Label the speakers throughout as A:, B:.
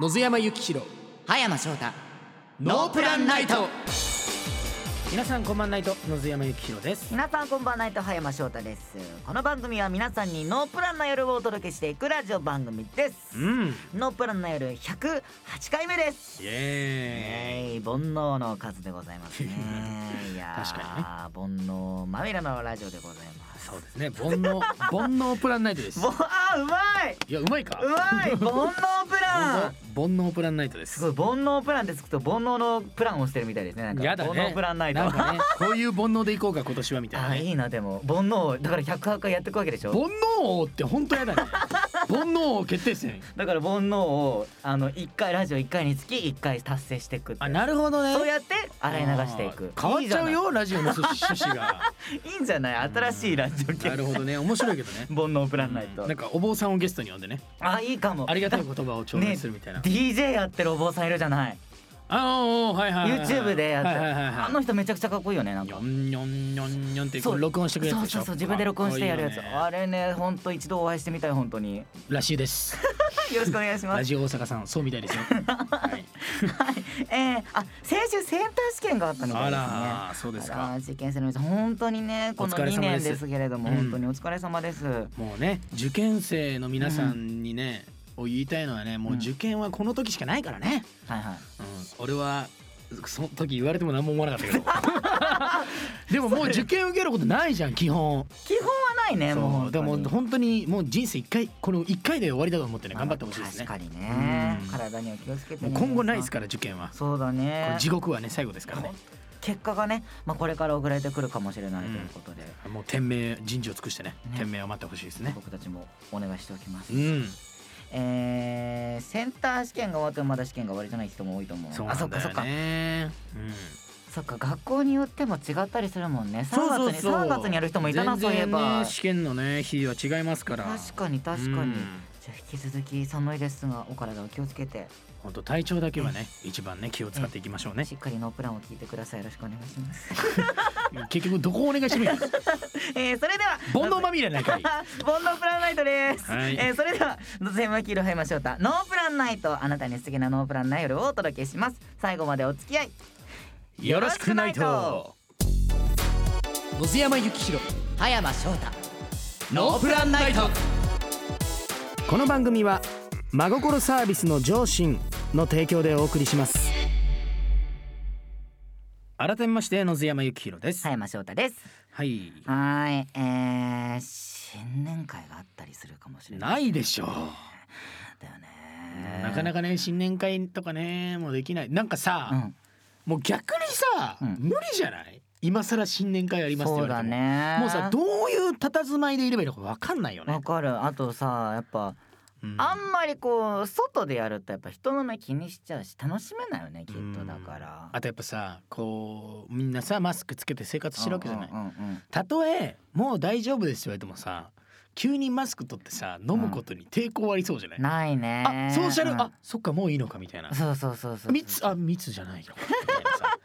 A: 野津山幸弘
B: 葉山翔太
A: ノープランナイト
C: 皆さんこんばんないと野津山幸弘です
B: 皆さんこんばんはと葉山翔太ですこの番組は皆さんにノープランな夜をお届けしていくラジオ番組です、
C: うん
B: ノープランな夜108回目です
C: イエーイ
B: えー、煩悩の数でござい ますねいやー
C: 確か
B: 煩悩まみれのラジオでございます
C: そうですね煩悩 煩悩プランナイトです
B: わあうまい
C: いやうまいか
B: うまい煩悩プラ
C: 煩悩
B: ン
C: 煩悩プランナイトですす
B: ごい煩悩プランってつくと煩悩のプランをしてるみたいですねなんか
C: やだね
B: 煩悩プランないと
C: んかねこういう煩悩でいこうか今年はみたいな
B: あ
C: ね
B: いいなでも煩悩だから108回やっていくわけでしょ
C: 煩悩王って本当や だね煩悩王決定戦
B: だから煩悩をあの一回ラジオ一回につき一回達成していくって
C: あなるほどね
B: そうやって洗い流していく
C: あー変わっちゃうよラジオの趣趣旨 が
B: いいんじゃないいいんじゃない新しいラジオ系
C: なるほどね面白いけどね
B: 煩悩プランないと、
C: なんかお坊さんをゲストに呼んでね
B: あいいかも
C: ありがたい言葉を頂戴するみたいな、
B: DJ やってるお坊さんいるじゃない
C: ああはいはいはいはい
B: YouTube でやってる、
C: はいはいはいはい
B: あの人めちゃくちゃかっこいいよねなん
C: ニ
B: か
C: ョンニョンニョンニョンって
B: そ
C: こ
B: う
C: う録音してくれる
B: そ
C: やつ
B: う
C: でしょ
B: そうそう自分で録音してやるやつ、
C: かっこいいよね
B: あれねほんと一度お会いしてみたい本当によ
C: らしいです
B: ろしくお願いしま
C: ラ
B: す
C: ジオ大阪さんそうみたい ですよ、はい、
B: えー、あ先週センター試験があったみたいですね
C: あらそうですか
B: あら受験生の皆さん本当にねこの
C: お疲れ
B: 2
C: 様で
B: 年
C: す
B: ですけれども、
C: うん
B: 本当にお疲れ様です、
C: もうね受験生の皆さんにね、を言いたいのはねもう
B: うん
C: 受験はこの時しかないからね、
B: はいはい
C: うん、俺はその時言われても何も思わなかったけ どでももう受験受けることないじゃん基本
B: 基本はないねもう
C: そうで
B: 本当に
C: も本当にもう人生一回この一回で終わりだと思ってね
B: まあ
C: 頑張ってほしいですね
B: 確かにね
C: うん
B: 体には気をつけて
C: も
B: ね
C: う今後ないです
B: か
C: から受験は
B: そうだ
C: こ
B: ね
C: れ地獄はね最後ですからね
B: 結果がね、まあ、これから送られてくるかもしれないということで、
C: もう天命人事を尽くしてね
B: ね
C: 天命を待ってほしいですね
B: 僕たちもお願いしておきます、
C: うん
B: えーセンター試験が終わってもまだ試験が終わりじゃない人も多いと思う
C: そう
B: あ
C: な
B: そ
C: ん
B: っか
C: だ
B: そっ
C: よ
B: か
C: ね
B: そっか学校によっても違ったりするもんね
C: うん
B: 3月に三月にやる人もいたな
C: 全
B: そういえ
C: 然
B: ば
C: ね試験のね日は違いますから
B: 確かに確かに、
C: うん
B: じゃあ引き続き寒いですがお体を気をつけて
C: 本当体調だけはね一番ね気を使っていきましょうね
B: しっかりノープランを聞いてくださいよろしくお願いします
C: 結局どこをお願い してるんや
B: えーそれでは
C: 煩 悩まみれな会
B: ボンドプランナイトです、
C: はい
B: えーそれでは「ドセマキロハイマショータノープランナイト」あなたに素敵なノープランな夜をお届けします最後までお付き合い
C: よろしくないと
A: 野津山幸弘
B: 葉山翔太
A: ノープランナイト
C: この番組は真心サービスの上進の提供でお送りします改めまして野津山幸弘です
B: 葉山翔太です
C: はい
B: はーいえー、新年会があったりするかもしれない
C: ないでしょ
B: だよ
C: う
B: ね
C: なかな
B: か
C: かね新年会とかねもうできないなんかさ、
B: うん
C: もう逆にさ、
B: うん
C: 無理じゃない今更新年会ありますって
B: そ
C: 言
B: う
C: わ
B: だ
C: れても
B: ね
C: もうさどういう佇まいでいればいいのかわかんないよね
B: わ、かるあとさやっぱ
C: うん
B: あんまりこう外でやるとやっぱ人の目気にしちゃうし楽しめないよねきっとだから
C: あとやっぱさこうみんなさマスクつけて生活してるわけじゃない
B: うんうんうん
C: たとえもう大丈夫ですって言われてもさ急にマスク取ってさ飲むことに抵抗ありそうじゃない、
B: ないね
C: あソーシャル、
B: うん
C: あそっかもういいのかみたいな
B: そうそうそうそう
C: 密あ密じゃないのかみたいなさ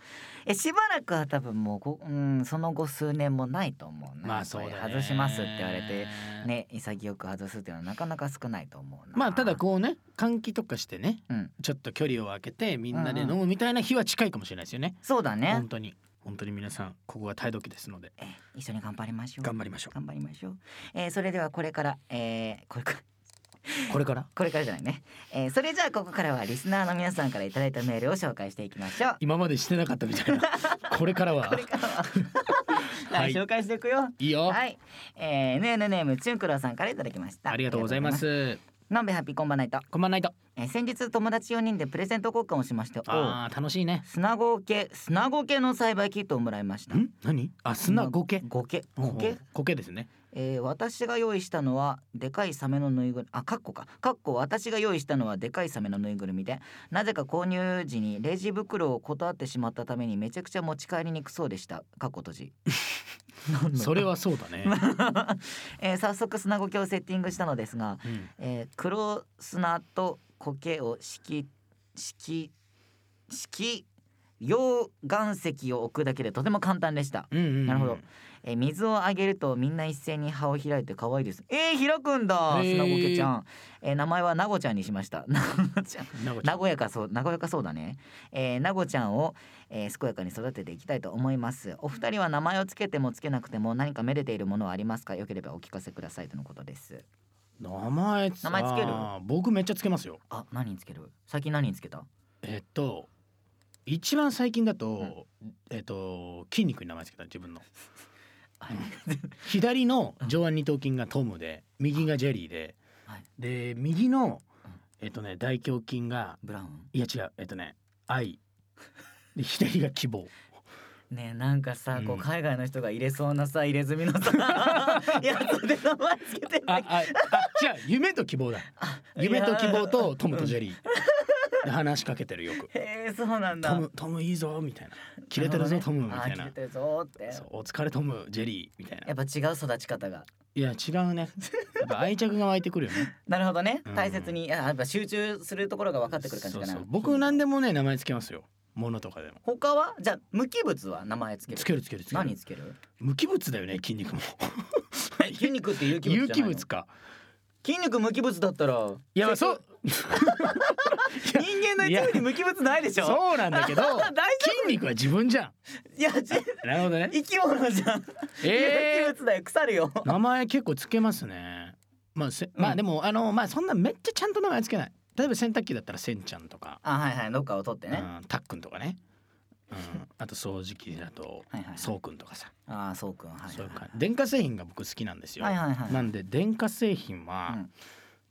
B: えしばらくは多分もうご、うん、その後数年もないと思うな
C: まあそうだよね
B: 外しますって言われてね潔く外すっていうのはなかなか少ないと思うな
C: まあただこうね換気とかしてね
B: うん
C: ちょっと距離を空けてみんなで飲むみたいな日は近いかもしれないですよね、
B: そうだね
C: 本当に本当に皆さんここは耐え時ですので
B: え一緒に頑張りましょう
C: 頑張りましょ
B: 頑張りましょう、えー、それではこれから、えー、これから
C: うこれから
B: これからじゃないね、えー、それじゃあここからはリスナーの皆さんからいただいたメールを紹介していきましょう
C: 今までしてなかったみた いなこれからは
B: これからは、
C: はい
B: 紹介していくよ
C: いいよ、
B: はい、えー、NN ネームチュンクローさんからいただきました
C: ありがとうございま
B: ありがとう
C: す
B: ございますのんべハッピーこんばんないと
C: こんばんないと
B: えー先日友達4人でプレゼント交換をしましておう
C: あー楽しいね
B: 砂合系砂合系の栽培キットをもらいました
C: ん何あ砂ゴケ
B: ゴケゴ
C: お
B: ケ
C: う、ゴケですね
B: えー私が用意したのはでかいサメのぬいぐるあかっこかかっこ私が用意したのはでかいサメのぬいぐるみでなぜか購入時にレジ袋を断ってしまったためにめちゃくちゃ持ち帰りにくそうでしたかっこ閉じ何の
C: それはそうだね、
B: えー早速砂ゴケをセッティングしたのですが
C: うん
B: えー、黒砂と苔を敷き敷き敷き溶岩石を置くだけでとても簡単でした、
C: うんうんうん
B: なるほど、えー水をあげるとみんな一斉に葉を開いて可愛いですえー、開くんだ
C: へー
B: 砂ゴケちゃん、えー名前はナゴちゃんにしました ナゴちゃん
C: 名古屋
B: 和やかそう和やかそうだね、えー、名護ちゃんを、えー健やかに育てていきたいと思いますお二人は名前をつけてもつけなくても何かめでているものはありますかよければお聞かせくださいとのことです
C: 名前つ
B: 名前つける
C: あー僕めっちゃつけますよ
B: あ何につける最近何につけた
C: えっと一番最近だ
B: うん
C: と、えっと筋肉に名前つけた自分の
B: はい
C: 左の上腕二頭筋がトムで右がジェリーで、
B: はい
C: で右の
B: うん
C: えっとね大胸筋が
B: ブラウン
C: いや違うえっとね愛で左が 希望
B: ねえなんかさ、こう
C: うん
B: 海外の人が入れそうなさ入れ墨の さやつで名前つけて
C: あ
B: な
C: あ
B: い
C: あ違う夢と希望だ夢と希望とトムとジェリーで話しかけてるよく
B: へえそうなんだ
C: トムトムいいぞみたいな切れてるぞ
B: な
C: ト
B: ほ
C: ム
B: ど
C: み
B: ね
C: たい
B: あー切れ
C: な
B: てるぞーって
C: そうお疲れトムジェリーみたい
B: や
C: な
B: っぱ違う育ち方が
C: いや違うねやっぱ愛着が湧いてくるよね
B: なるほどね
C: うん
B: 大切に、あやっぱ集中するところが分かってくる感じかな
C: そうそう僕何でもね名前つけますよ物とかでも
B: 他はじゃあ無機物は名前つける
C: つけるつけるつける
B: 何つけ る
C: 無機物だよね筋肉も
B: え筋肉って有機物
C: 有
B: じゃな
C: 機
B: いの
C: 物 か
B: 筋肉無機物だったら
C: いやそう
B: 人間の一部に無機物ないでしょ
C: そうなんだけ ど
B: 大丈
C: 筋肉は自分じゃ
B: 夫いやじ
C: んなるほどね
B: 生き物じゃん、
C: え
B: 無機物だよ腐るよ
C: ー、名前結構つけますねまあせま
B: う
C: あ
B: ん
C: でも、あのまあそんなめっちゃちゃんと名前つけない例えば洗濯機だったらせんちゃんとか、
B: あはいはいノッカーを取って
C: う
B: ね、
C: ん、たっくんとかね、うん、あと掃除機だと
B: はいはい
C: そうくんとかさ
B: ああそうくんはいはい
C: そういう感じ電化製品が僕好きなんですよ、
B: はいはいはい
C: なんで電化製品は、
B: うん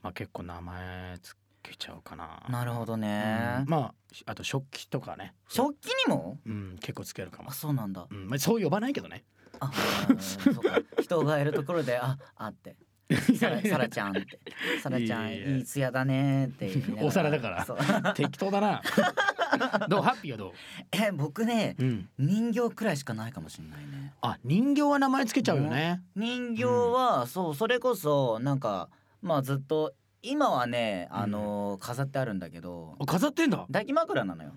C: まあ結構名前つけちゃうかな
B: なるほどね、
C: うんまああと食器とかね
B: 食器にも
C: うん結構つけるかも
B: あ、そうなんだ
C: うんまあ、そう呼ばないけどね
B: あうんそうか人がいるところでああってサラサラちゃんってサラちゃん
C: いやいやいや
B: いい艶だねって言いなが
C: お皿だから
B: そう
C: 適当だなどうハッピーはど
B: え僕ね
C: う、うん、
B: 人形くらいしかないかもしれないね
C: あ人形は名前つけちゃうよね、
B: 人形は、そうそれこそなんかまあずっと今はねあのー飾ってあるんだけど、
C: あ飾ってんだ
B: 抱き枕なのよ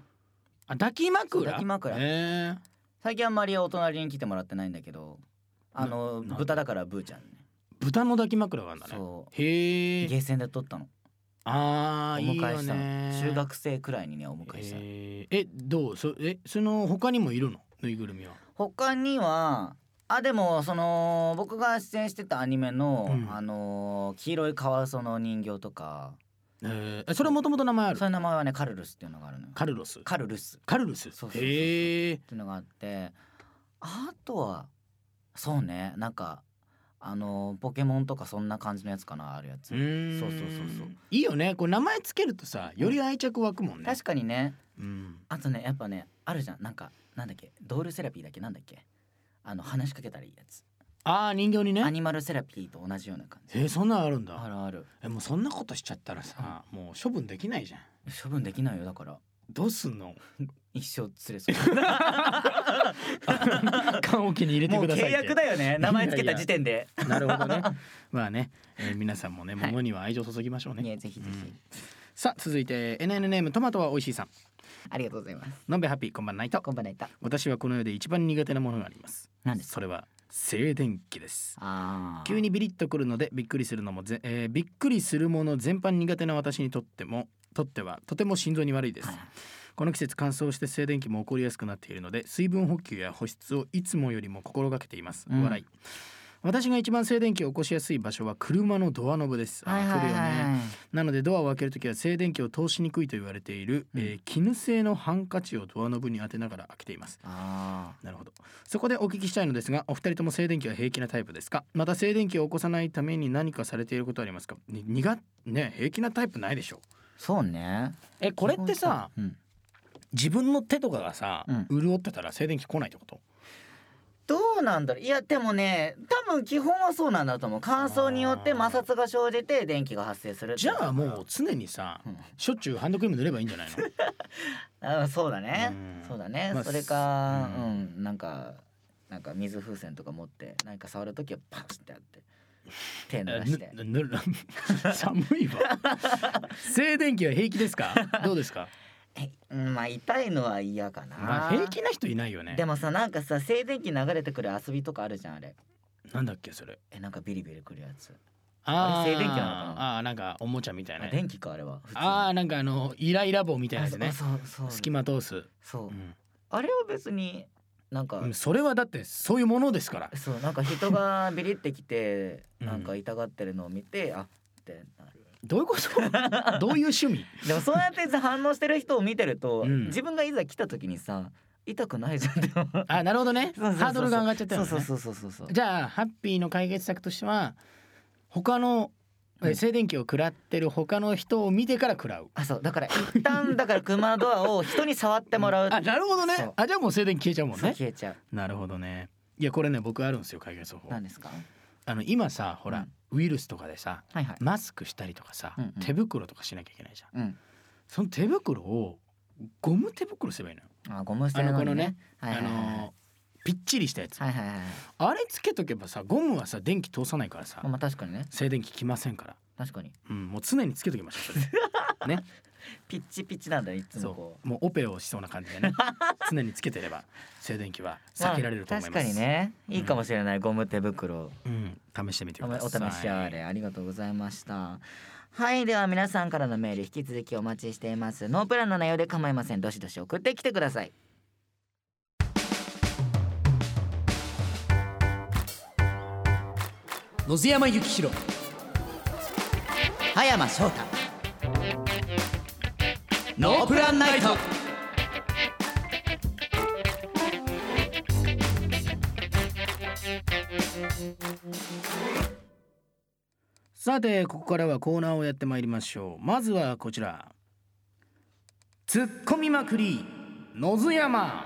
C: あ抱き枕
B: 抱き枕
C: え
B: 最近あんまりお隣に来てもらってないんだけどあの
C: な
B: 豚だからブーちゃんね
C: 豚の抱き枕があるんだね
B: そう
C: へ
B: ゲ
C: え
B: ーセンで撮ったの
C: あ
B: お
C: ーいい
B: 迎え
C: よ
B: したの
C: ね
B: 中学生くらいにねお迎えしたの
C: えーえどうそえその他にもいるのぬいぐるみは
B: 他にはあでもその僕が出演してたアニメの、
C: うん
B: あのー黄色いカワウソの人形とか
C: えー、それもともと名前ある
B: そういう名前はねカルルスっていうのがあるのよ
C: カルロス
B: カルルス
C: カルロス
B: そうそうそうそう
C: へえ
B: っていうのがあってあとはそうねなんかあのポケモンとかそんな感じのやつかなあるやつ、
C: うーん
B: そうそうそうそう
C: いいよねこう名前つけるとさより愛着湧くもんね
B: 確かにね
C: うん
B: あとねやっぱねあるじゃんなんかなんだっけドールセラピーだっけなんだっけあの話しかけたらいいやつ
C: あー人形に
B: ア
C: ね
B: ニマルセラピーと同じような感じ
C: えー、そんなんあるん
B: あ
C: だ
B: るある
C: えもうそんなことしちゃったらさもう処分できないじゃん
B: 処分できないよだから
C: どうすんの
B: 一生連れ そう
C: 缶桶に入れて
B: もう
C: くださ
B: 契
C: いって
B: 約だよね名前つけた時点で
C: なるほどねまあね、えー皆さんもね物には愛情注ぎましょうね、
B: ねぜひぜひ、
C: うんさあ続いて NN ネームトマトはおいしいさん
B: ありがとうございます
C: のんべハッピーこんばんないと
B: こんばんはいた
C: 私はこの世で一番苦手なものがあります
B: 何ですか
C: それは静電気です
B: あー
C: 急にビリッとくるのでびっくりするのもぜ、えーびっくりするもの全般苦手な私にとってもとってはとても心臓に悪いです、
B: はいはい
C: この季節乾燥して静電気も起こりやすくなっているので水分補給や保湿をいつもよりも心がけています、
B: うん
C: 笑い私が一番静電気を起こしやすい場所は車のドアノブです、あー
B: はいはいはい
C: 来るよね
B: はい
C: なのでドアを開けるときは静電気を通しにくいと言われている、えー絹製のハンカチをドアノブに当てながら開けています
B: あ
C: なるほどそこでお聞きしたいのですがお二人とも静電気は平気なタイプですかまた静電気を起こさないために何かされていることはありますかに苦ね平気なタイプないでしょ
B: ーそうね
C: えこれってさ、
B: うん
C: 自分の手とかがさ、
B: うん
C: 潤ってたら静電気来ないってこと
B: どうなんだろういやでもね多分基本はそうなんだと思う乾燥によって摩擦が生じて電気が発生する
C: じゃあもう常にさ、
B: うん
C: しょっちゅうハンドクリーム塗ればいいんじゃないの
B: あそうだね
C: うん
B: そうだね、
C: まあ
B: それかう、
C: うん
B: なんかなんか水風船とか持って何か触る時はパッてやって手濡らして
C: えぬぬ ら 寒いわ静電気は平気ですかどうですか
B: えうんまあ痛いのは嫌かな、
C: まあ平気な人いないよね
B: でもさなんかさ静電気流れてくる遊びとかあるじゃんあれ
C: なんだっけそれ
B: えなんかビリビリくるやつ
C: あ
B: あ
C: ー
B: れ静電気なのかな
C: あーなんかおもちゃみたい
B: あ
C: な
B: 電気かあれは普通に
C: あーなんかあのイライラ棒みたいなやつね
B: あそうそう
C: 隙間通す、
B: そう、
C: うん
B: あれは別になんか、
C: うんそれはだってそういうものですから
B: そうなんか人がビリってきて
C: うん
B: なんか痛がってるのを見て、あってなる
C: どういうこと どういう趣味
B: でもそうやってさ反応してる人を見てると、
C: うん
B: 自分がいざ来た時にさ痛くないじゃんって思う
C: あなるほどね
B: そうそうそうそう
C: ハードルが上がっちゃったよ
B: そう
C: ね
B: そうそうそうそうそう
C: じゃあハッピーの解決策としては他のえ
B: うん
C: 静電気を食らってる他の人を見てから食らう。
B: あそうだから一旦だから熊ドアを人に触ってもらう
C: あなるほど
B: そう
C: ね。あじゃあもう静電気消えちゃうもん
B: そう
C: ね。
B: 消えちゃう
C: なるほどね。いやこれね僕あるんですよ解決方法
B: 何。ですか
C: あの今さほら、ウイルスとかでさ
B: はいはい
C: マスクしたりとかさ、
B: うんうん
C: 手袋とかしなきゃいけないじゃん。
B: うん
C: その手袋をゴム手袋すればいいのよ。
B: あゴム製の
C: あのこのね
B: はいは
C: あ
B: いはいはい
C: のぴっちりしたやつ。
B: はいはいはいはい
C: あれつけとけばさゴムはさ電気通さないからさ
B: まあまあ確かにね
C: 静電気きませんから。
B: 確かに
C: うんもう常につけときましょうそれ。
B: ピッチピチなんだいつもこ
C: そうもうオペをしそうな感じでね常につけてれば静電気は
B: うまあ
C: 避けられると思います、
B: 確かにねいいかもしれない、ゴム手袋
C: うん試してみてくだ
B: お
C: さい
B: 試しあれありがとうございましたはいでは皆さんからのメール引き続きお待ちしていますノープランの内容で構いませんどしどし送ってきてください
A: 野津山幸弘葉山翔太ノープランナイト
C: さてここからはコーナーをやってまいりましょうまずはこちら突っ込みまくり野津山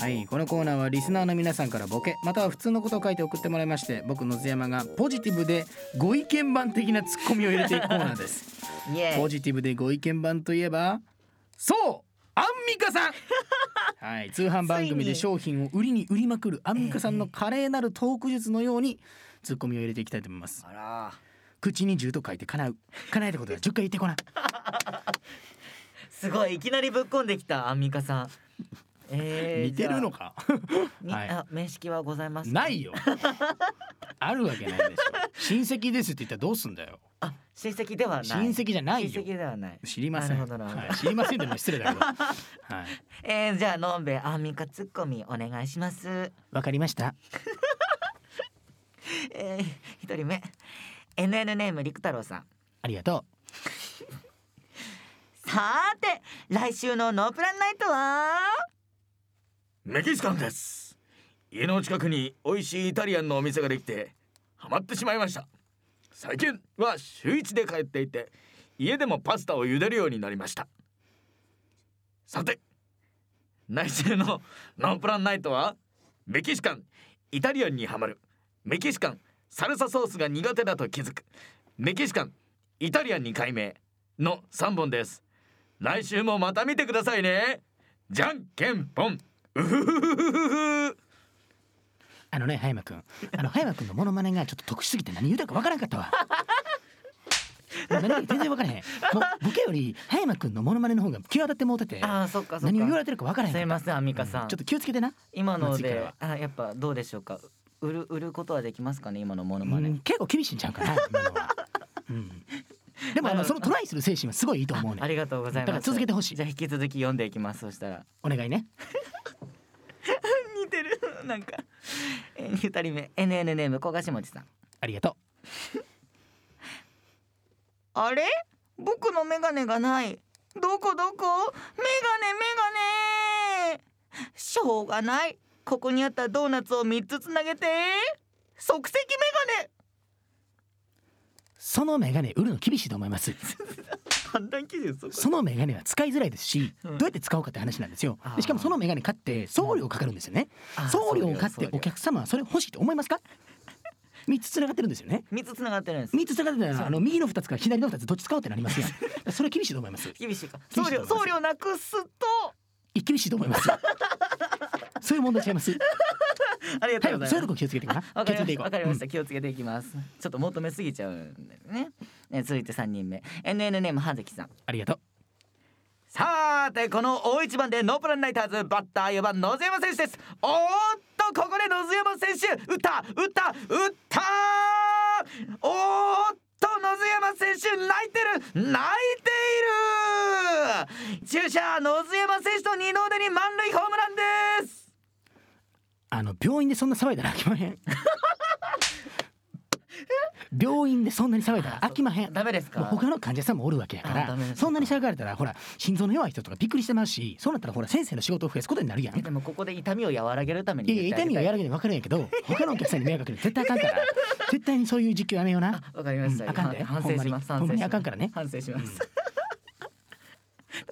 C: はいこのコーナーはリスナーの皆さんからボケまたは普通のことを書いて送ってもらいまして僕野津山がポジティブでご意見番的なツッコミを入れていくコーナーです
B: イエー
C: ポ
B: イ
C: ジティブでご意見番といえばそうアンミカ さんはい通販番組で商品を売りに売りまくるアンミカさんの華麗なるトーク術のようにツッコミを入れていきたいと思い ます
B: あら
C: 口に10と書いて叶う叶えたことは10回言ってこな
B: すごいいきなりぶっこんできたアンミカさんえー、
C: 似てるの
B: じ
C: か
B: ゃあに
C: はい
B: あ面識はございま すか
C: ないよあるわけないでしょ親戚ですって言ったらどうすんだよ
B: あ親戚ではない
C: 親戚じゃない
B: 親
C: よ
B: 戚ではない
C: 知りません
B: なるほどなるほど
C: はい、知りませんでも失礼 だけどはい
B: えー、じゃあのんべえアンミカツッコミお願いします
C: わかりました
B: えー、一人目 NN ネームりく太郎さん
C: ありがと
B: さーて来週のノープランナイトは
D: メキシカンです家の近くに美味しいイタリアンのお店ができてハマってしまいました最近は週一で帰っていて家でもパスタを茹でるようになりましたさて来週のノンプランナイトはメキシカンイタリアンにはまるメキシカンサルサソースが苦手だと気づくメキシカンイタリアンに改名の3本です来週もまた見てくださいねじゃんけんぽんうふふふふふ
C: うあのね葉山くんあの葉山くんのモノマネがちょっと特殊すぎて何言うたかわからなかったわ何言うか全然わからへんもうボケより葉山くんのモノマネの方が際立ってもうてて
B: あーそっかそっか
C: 何を言われてるかわからへん
B: す
C: かっ
B: い
C: た
B: ませんアンミカさん、
C: ちょっと気をつけてな、
B: 今の
C: 次から
B: で
C: は
B: あやっぱどうでしょうか売る売ることはできますかね今のモノ
C: う
B: マネ、
C: ん、結構厳しいんちゃうかな今のは、うん、でもあのそのトライする精神はすごいいいと思うね
B: ありがとうござい
C: だ
B: ま
C: から
B: す
C: 続けてほしい
B: じゃあ引き続き読んでいきますそしたら
C: お願いね
B: 似 てるなんかえー二人目 NN ネーム小菓子持ちさん
C: ありがと
B: あれ僕のメガネがないどこどこメガネメガネしょうがないここにあったドーナツを3つつなげて即席メガネ
C: うそのメガネ売るの厳しいと思います
B: 判断基準そ
C: そのメガネは使いづらいですし、
B: うん
C: どうやって使おうかって話なんですよ
B: あー
C: でしかもそのメガネ買って送料かかるんですよね
B: あ
C: 送料を買っ
B: 送料
C: てお客様はそれ欲しいと思います か3つつながってるんですよね
B: 3つつながってるんです
C: 3つつながってたらあの右の2つか左の2つどっち使おうってなり ますよそれ厳しいと思います
B: 厳しいか
C: 厳し
B: 送
C: いと
B: 料
C: 思います
B: 送料なくすと
C: い厳しいと思い ますそういう問題違います
B: ありが
C: は
B: と
C: いう
B: ござ
C: そう
B: います、
C: いうとこ気をつけてかな
B: わかりました
C: こう
B: わかりまし
C: う
B: た気をつけていきますちょっと求めすぎちゃうんだよねね続いて3人目 NN ネーム葉月さん
C: んありがとう
B: さてこの大一番でノープランナイターズバッター4番野津山選手ですおーっとここで野津山選手打った打った打ったおーっと野津山選手泣いてる泣いている注射野津山選手と二の腕に満塁ホームランです
C: あの病院でそんな騒いだら飽きまへん病院でそんなに騒いだら飽きまへん
B: ダメですか
C: もう他の患者さんもおるわけやか
B: あダ
C: ら
B: メですか
C: そんなに騒がれたらほら心臓の弱い人とかびっくりしてますしそうなったらほら先生の仕事を増やすことになるやん
B: えでもここで痛みを和らげるために
C: いやいや痛みがや
B: る
C: らげに分かるんやけど他のお客さんに迷惑かける絶対あかん から絶対にそういう実況やめような
B: わかりました、
C: うんあかんで
B: 反省します
C: ほんまにほんま
B: 反省します
C: にあかんからね
B: 反省します、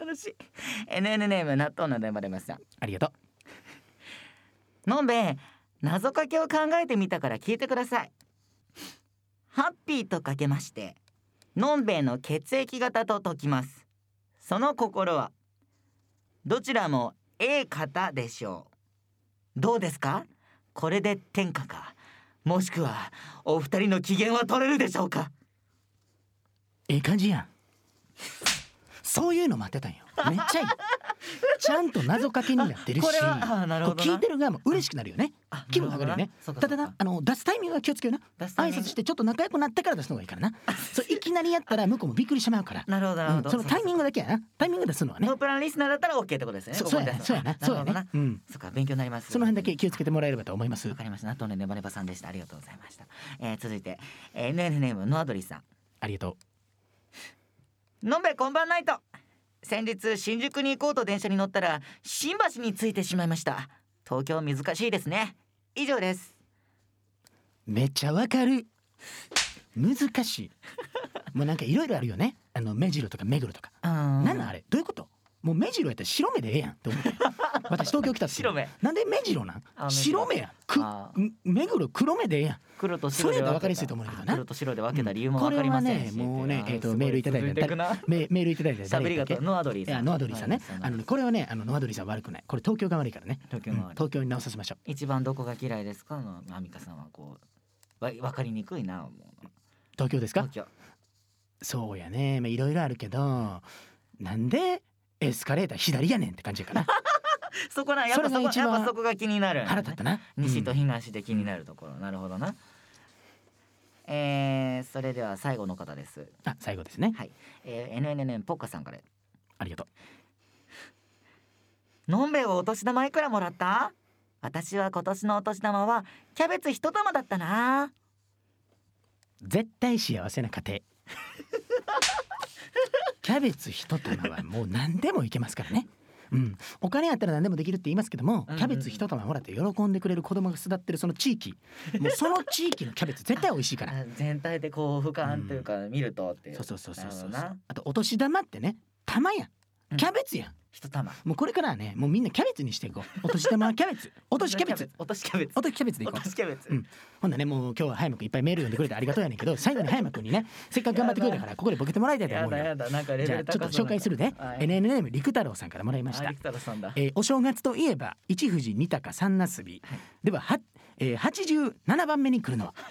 B: 楽しい NN ネーム納豆の電話出ました
C: ありがと
B: のんべえ謎かけを考えてみたから聞いてくださいハッピーとかけましてのんべえの血液型と解きますその心はどちらも A 型でしょうどうですかこれで天下かもしくはお二人の機嫌は取れるでしょうか
C: うええ感じやんそういうの待ってたんよめっちゃいいちゃんと謎かけになってるし
B: これはあなるほどな
C: こう聞いてる側も嬉しくなるよね
B: あ
C: 気分上がるよね
B: なるほどなそうか
C: ただ
B: そう
C: な
B: か
C: あの出すタイミングは気をつけような
B: 出すタイ
C: 挨
B: ミング
C: 拶してちょっと仲良くなってから出すのがいいからなそういきなりやったら向こうもびっくりしてまうから
B: なるほどなるほ
C: う
B: ど、
C: んそのタイミングだけやなタイミング出すのはね
B: ノープランリスナーだったら OK ってことですよね
C: そ
B: こ
C: そ
B: こ
C: う
B: に
C: や
B: 出
C: な
B: す
C: そうやなそう
B: な
C: や
B: るほど
C: ね
B: な
C: うん
B: そっか勉強になります
C: その辺だけ気をつけてもらえればと思います
B: わかりました。あとね、ネバネバさんでした。ありがとうございました。えー、続いて、えー、NN ネーム、ノアドリさ
C: ありがと
B: ん。のんべえ、こんばんないと。先日、新宿に行こうと電車に乗ったら、新橋に着いてしまいました。東京難しいですね。以上です。
C: うめっちゃわかる難しいもうなんかいろいろあるよねあの目白とか目黒とか
B: うーん
C: なんなんあれどういうこともう目白やったら白目でええやんって 思って私東京来た時
B: 白目
C: なんで目白なん
B: あ目白
C: 白目やく
B: あ
C: 目黒黒目でええやん
B: 黒と白
C: それやっ
B: で分けた
C: たら分かりやすいと思うんだけどな
B: 黒と白で分けた理由も分かりませんし。
C: これはねもうね
B: って
C: え
B: い
C: っ、と
B: すご
C: メールいただいた
B: 続てくな
C: メメールいただいた
B: 喋り
C: だ
B: が
C: っけ
B: と、ノアドリ
C: い
B: さん。
C: やノアドリーさんねあのねこれはねあのノアドリーさん悪くないこれ東京が悪いからね
B: 東京
C: うん
B: は、
C: 東京に直させましょう
B: 一番どこが嫌いですかの、アミカさんはこう、わ分かりにくいな、もう。
C: 東京ですか
B: 東京。
C: そうやねまあいろいろあるけどなんでエスカレーター左やねんって感じやから
B: そこなやっぱそこ
C: それが一
B: や
C: 番
B: っぱそこが気になる、
C: 腹立ったな
B: 西と
C: うん
B: 東で気になるところ、なるほどなえー、それでは最後の方です、
C: あ最後ですね
B: はいえー、NNN ポッカさんから
C: ありがとう
B: 「のんべえをお年玉いくらもらった私は今年のお年玉はキャベツ一玉だったな
C: 絶対幸せな家庭 キャベツ一玉はもう何でもいけますからねうん、お金あったら何でもできるって言いますけども、
B: うんうん
C: キャベツ一玉もらって喜んでくれる子供が育ってるその地域もうその地域のキャベツ絶対美味しいから
B: あ全体でこう俯瞰というか見るとっていう
C: そうそうそうそうそう
B: なるほどな
C: あとお年玉ってね玉や
B: うん
C: キャベツやん、
B: 一玉
C: もうこれからはねもうみんなキャベツにしていこうお年玉はキャ ベツお年キャベツ
B: お年キャベツ
C: お年キャベツでい
B: お
C: こう
B: 年キャベツ、
C: うんほんならねもう今日は早山くんいっぱいメール読んでくれてありがとうやねんけど最後に早山くんにねせっかく頑張ってくれたからここでボケてもらいたいと
B: や
C: 思う
B: だ
C: よ
B: やだなんかレ
C: じ
B: ベ
C: ゃあ
B: ル高
C: ちょっと紹介するね、
B: はい
C: NNM 陸太郎さんからもらいました
B: ありきたろさんだ
C: えーお正月といえば一富士二鷹三なすび、
B: はい
C: ではは、えー、87番目に来るのは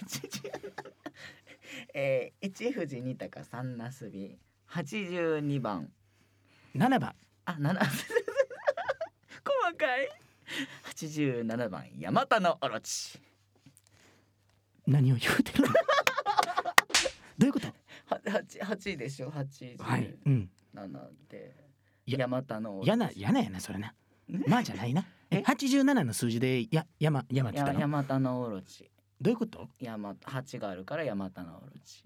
B: えー、一富士二鷹三なすび八十二番
C: 7番
B: あ七 細かい八十七番ヤマタノオロチ
C: 何を言うてるの どういうこと
B: は八八でしょ八十
C: はい、うん、
B: 七で
C: や
B: ヤマタノオロチ
C: やなやなやなそれなまあじゃないなえ87の数字でや山山って言っ
B: や
C: た
B: ヤ
C: の
B: マタノオロチ
C: どういうこと
B: ヤマ八があるからヤマタノオロチ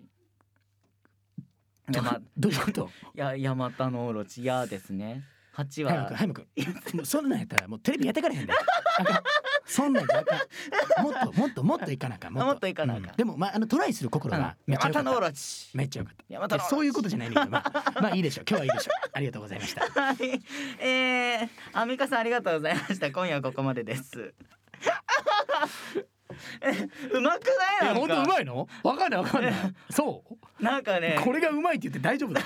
C: ど
B: ヤマ
C: どういうこと
B: やヤマタノオロチやですね八
C: 早く
B: は
C: 早くもうそんなんやったらもうテレビやってからへんで。あかんそんなんじゃあかんもっともっともっといかなあかん
B: もっといかなあかん
C: でもまああのトライする心がめっ
B: ヤ
C: ちゃよか
B: マタ
C: っ
B: ノオ
C: た
B: ロチ
C: めっちゃよかった
B: ヤマタノオロチ
C: そういうことじゃないねんだけどまあまあいいでしょう今日はいいでしょうありがとうございました
B: はい、えー、アンミカさんありがとうございました。今夜はここまでです。 えうまくないなんか
C: まいのわかんないわかんないそう
B: なんかね
C: れがうまいって言って大丈夫だ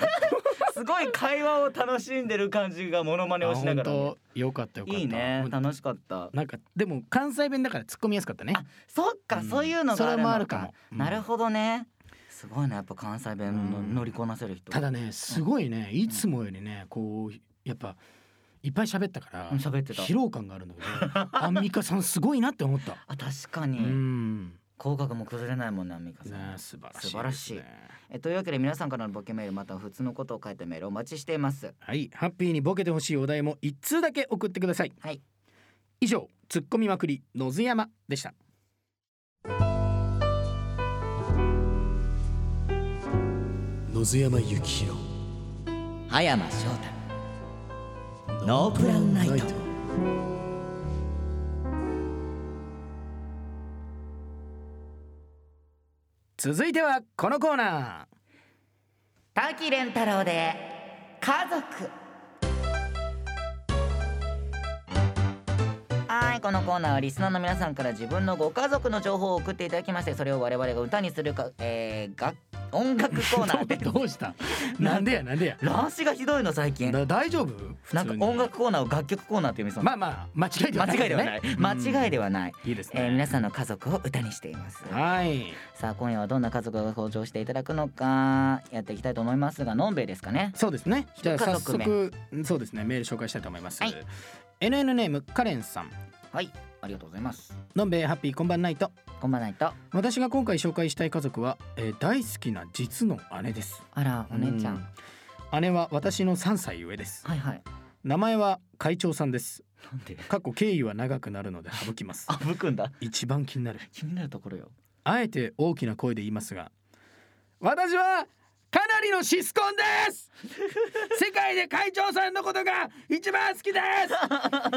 B: すごい会話を楽しんでる感じがモノマネをしながらね、
C: よかったよかった
B: いいね楽しかった
C: なんかでも関西弁だから突っ込みやすかったね
B: あそっか、
C: うん
B: そういうのがあるのか
C: それもあるかもうん
B: なるほどねすごいねやっぱ関西弁の
C: うん
B: 乗りこなせる人
C: ただねすごいねいつもよりねこうやっぱいっぱい喋ったから
B: うん喋ってた
C: 疲労感があるん だけどアンミカさんすごいなって思った。
B: あ確か
C: う
B: に、
C: ん。
B: 口角も崩れないもんねアンミカさん、
C: ね素晴らしいですね。
B: 素晴らしいえというわけで皆さんからのボケメールまたは普通のことを書いたメールお待ちしています
C: はい、ハッピーにボケてほしいお題も一通だけ送ってください。
B: はい。
C: 以上、突っ込みまくり野津山でした。
A: 野津山幸宏葉山翔太ノープランナイト
C: 続いてはこのコーナー。
B: 滝蓮太郎で家族はいこのコーナーはリスナーの皆さんから自分のご家族の情報を送っていただきましてそれを我々が歌にするか、えー、楽音楽コーナー で
C: どうした？なんでやなんでや。
B: 乱視がひどいの最近
C: だ大丈夫？普
B: なん
C: 通
B: か
C: に
B: 音楽コーナーを楽曲コーナーと読みそうな、
C: まあまあ間違いではない、
B: 間違いではない間違いで
C: は
B: はない、
C: いいです
B: えー皆
C: ね。
B: さんの家族を歌にしています
C: はい。
B: さあ今夜はどんな家族が登場していただくのかやっていきたいと思いますがのんべいですかね
C: そうですね。じゃあ
B: 家
C: 早
B: 族名
C: 速そうですねメール紹介したいと思います。
B: はい
C: NN ネームカレンさん、
B: はいありがとうございます
C: のんべえハッピーこんばんないと。
B: こんばんないと
C: 私が今回紹介したい家族は、えー大好きな実の姉です。
B: あらお姉ちゃん、
C: うん。姉は私の3歳上です。
B: はいはい
C: 名前は会長さんです。
B: なんで
C: 過去経緯は長くなるので省きます。
B: あぶくんだ
C: 一番気になる。
B: 気になるところよ
C: あえて大きな声で言いますが、私はかなりのシスコンです。世界で会長さんのことが一番好きです。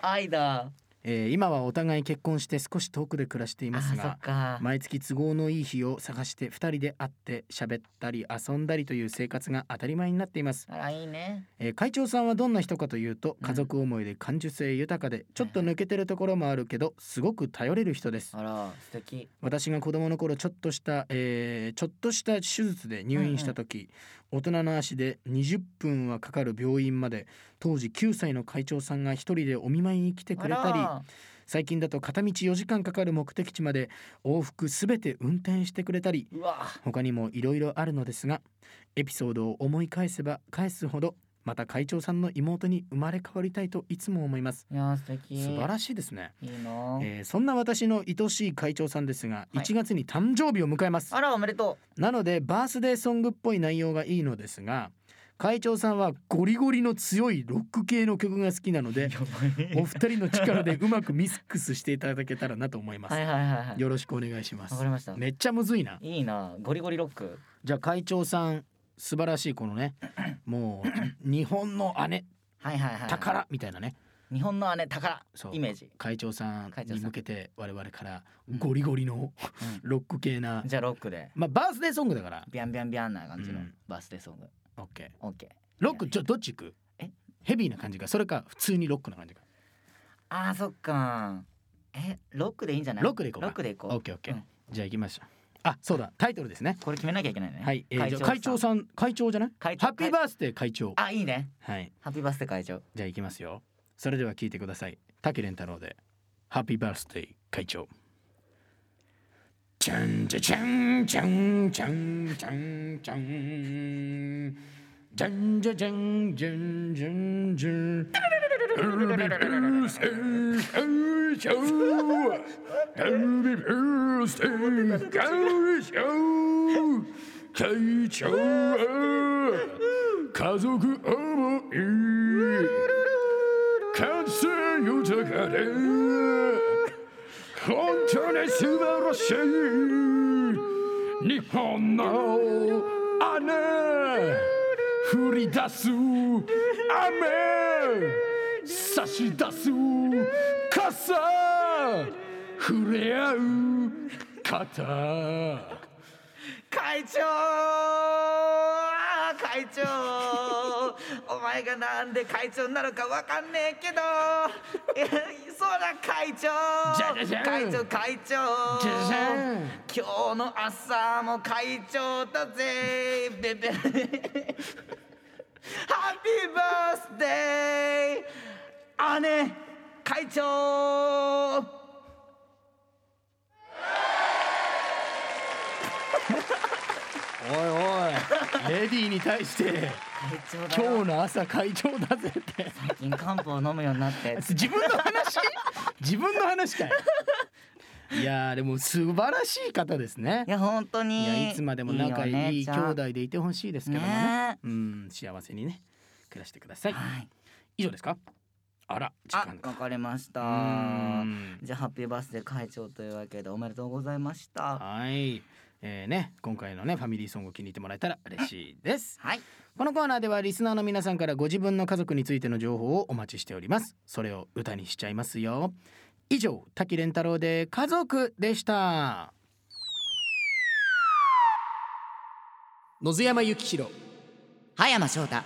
B: 愛だ
C: えー今はお互い結婚して少し遠くで暮らしてい
B: あ
C: ます
B: そ
C: が
B: っ。か、
C: 毎月都合のいい日を探して2人で会って喋ったり遊んだりという生活が当たり前になっています、
B: あらいいね
C: えー会長さんはどんな人かというと
B: うん
C: 家族思いで感受性豊かでちょっと抜けてるところもあるけどすごく頼れる人です
B: あら素敵
C: 私が子供の頃ちょっとした、えーちょっとした手術で入院した時、大人の足で20分はかかる病院まで当時9歳の会長さんが一人でお見舞いに来てくれたり
B: あ
C: 最近だと片道4時間かかる目的地まで往復すべて運転してくれたり
B: らうわ
C: 他にもいろいろあるのですがエピソードを思い返せば返すほどまた会長さんの妹に生まれ変わりたいといつも思います
B: いや素敵
C: 素晴
B: し
C: らしいですね、
B: いいいな、
C: えーそんな私の愛しい会長さんですが
B: はい
C: 1月に誕生日を迎えます、
B: あらおめでと
C: なのでバースデーソングっぽい内容がいいのですが会長さんはゴリゴリの強いロック系の曲が好きな のでお二人の力でうまくミックスしていただけたらなと思いま
B: うは
C: す
B: いはいはいはい
C: よろしくお願いします
B: わかりました
C: めっちゃむずいない
B: いなゴリゴリロック
C: じゃあ会長さん素晴らしいこの ねもう日本の姉
B: はいはいはい
C: 宝みたいなね
B: 日本の姉宝
C: そう
B: イメージ、
C: 会長さん
B: 会長さ
C: に
B: ん
C: 向けて我々から
B: うん
C: ゴリゴリの
B: う、
C: ロック系なん
B: じゃあロックで
C: まあバースデーソングだから
B: ビャンビャンビャンな感じの
C: うん
B: バースデーソング、
C: オッケー
B: オッケー
C: ロックちょどっち行く
B: え
C: ヘビーな感じかそれか普通にロックな感じか
B: あーそっかえロックでいいんじゃない
C: ロックでいこうか
B: ロックでいこ
C: オ
B: う
C: ッケーオッケー
B: うん
C: じゃあ行きましょうあそうだタイトルですね
B: これ決めなきゃいけないね
C: はいえーじゃあ会長さん会長じゃないハ
B: 会長
C: ッピーバースデー会長
B: あいいね
C: はい
B: ハッピーバースデー会長
C: じゃあ行きますよそれでは聞いてください滝蓮太郎でハッピーバースデー会長チャンチャチャンチャンチャンチャンチャンチャンチャチャンチャンチャンチャンハッピーバースデー会長ハッピーバースデー会長会長は家族思い感性豊かで本当に素晴らしい日本の姉降り出す雨差し出す傘触れ合う肩
B: 会長会長お前がなんで会長なのかわかんねえけどえそうだ会長
C: じゃじゃじゃん
B: 会長会長
C: じゃじゃん
B: 今日の朝も会長だぜベベハッピーバースデー姉会長
C: おいおいレディーに対して
B: 会長だよ
C: 今日の朝会長だぜって
B: 最近漢方飲むようになって
C: 自分の話自分の話か いいやーでも素晴らしい方ですね
B: いや本当
C: い
B: に
C: やいつまでも仲いい
B: いい
C: 兄
B: よねちゃん
C: 弟でいてほしいですけどもね
B: ね
C: うん幸せにね暮らしてください、
B: はい
C: 以上ですかあら時
B: あ
C: 間
B: わ
C: が
B: かりまし
C: う
B: た
C: ん
B: じゃあハッピーバースデー会長というわけでおめでとうございました
C: はいえー、ね今回のねファミリーソングを気に入ってもらえたら嬉しいです
B: はい
C: このコーナーではリスナーの皆さんからご自分の家族についての情報をお待ちしておりますそれを歌にしちゃいますよ以上滝蓮太郎で家族でした
A: 野津山幸弘
B: 葉山翔太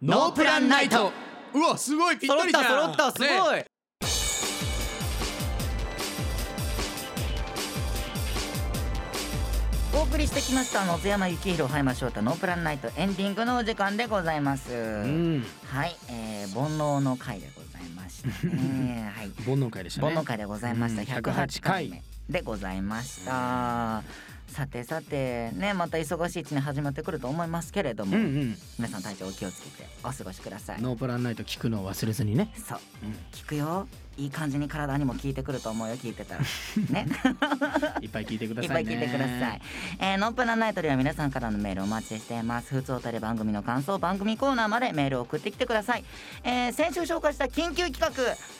A: ノープランナイトうわすごいぴったりじゃんね
B: いお送りしてきました野津山幸宏葉山翔太ノープランナイトエンディングのお時間でございます、
C: うん
B: はい、えー、煩悩の回でございまし たねはい
C: 煩悩会でした
B: 煩
C: ね
B: 悩会でございました
C: うん
B: 108回目でございましたさてさてねまた忙しい一年始まってくると思いますけれども、
C: うんうん
B: 皆さん体調お気をつけてお過ごしください
C: ノープランナイト聞くのを忘れずにね
B: そう、
C: うん
B: 聞くよいい感じに体にも効いてくると思うよ聞い てたらね
C: いっぱい聞いてくだ
B: いっ
C: さ
B: ぱ
C: い
B: い
C: ね
B: 聞いてください。えー、ノンプランナイトでは皆さんからのメールお待ちしています。普通おたり番組の感想、番組コーナーまでメールを送ってきてください。えー先週紹介した緊急企画、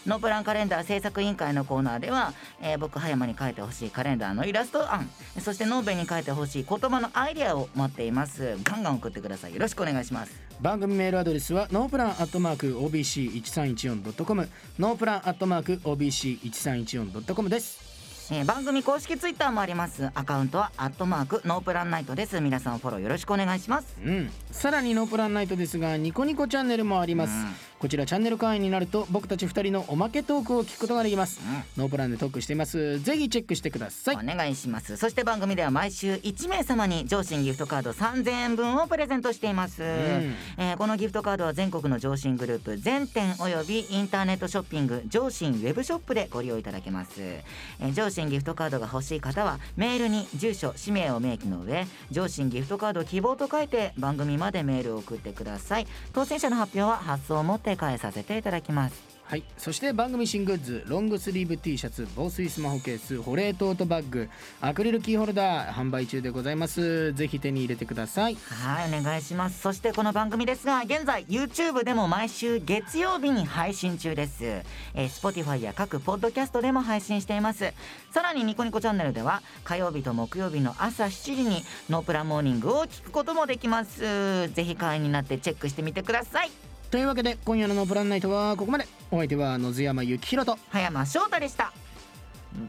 B: ノンプランカレンダー制作委員会のコーナーでは、えー僕、葉山に書いてほしいカレンダーのイラスト案、そしてノーベに書いてほしい言葉のアイデアを待っています。ガンガン送ってください。よろしくお願いします。
C: 番組メールアドレスはノープランアットマーク OBC1314.com ノープランアットマーク OBC1314.com です
B: えー番組公式ツイッターもあります。アカウントは、アットマーク、ノープランナイトです。皆さんフォローよろしくお願いします。
C: うんさらにノープランナイトですがニコニコチャンネルもあります、こちらチャンネル会員になると僕たち2人のおまけトークを聞くことができます
B: うん。うん
C: ノープランでトークしていますぜひチェックしてください
B: お願いしますそして番組では毎週1名様に上信ギフトカード3000円分をプレゼントしています、
C: ん
B: えーこのギフトカードは全国の上信グループ全店およびインターネットショッピング上信ウェブショップでご利用いただけます、えー、上信ギフトカードが欲しい方はメールに住所氏名を明記の上上信ギフトカード希望と書いて番組までメールを送ってください当選者の発表は発送をもって返させていただきます
C: はいそして番組新グッズロングスリーブ T シャツ防水スマホケース保冷トートバッグアクリルキーホルダー販売中でございますぜひ手に入れてください
B: はいお願いしますそしてこの番組ですが現在 YouTube でも毎週月曜日に配信中です、えー、Spotify や各ポッドキャストでも配信していますさらにニコニコチャンネルでは火曜日と木曜日の朝7時にノープランモーニングを聞くこともできますぜひ会員になってチェックしてみてください
C: というわけで今夜のノープランナイトはここまでお相手は野津山幸宏と
B: 葉山翔太でした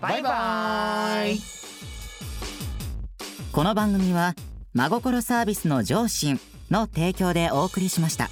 B: バイバ
C: バイバイ
B: イこの番組は真心サービスの上信の提供でお送りしました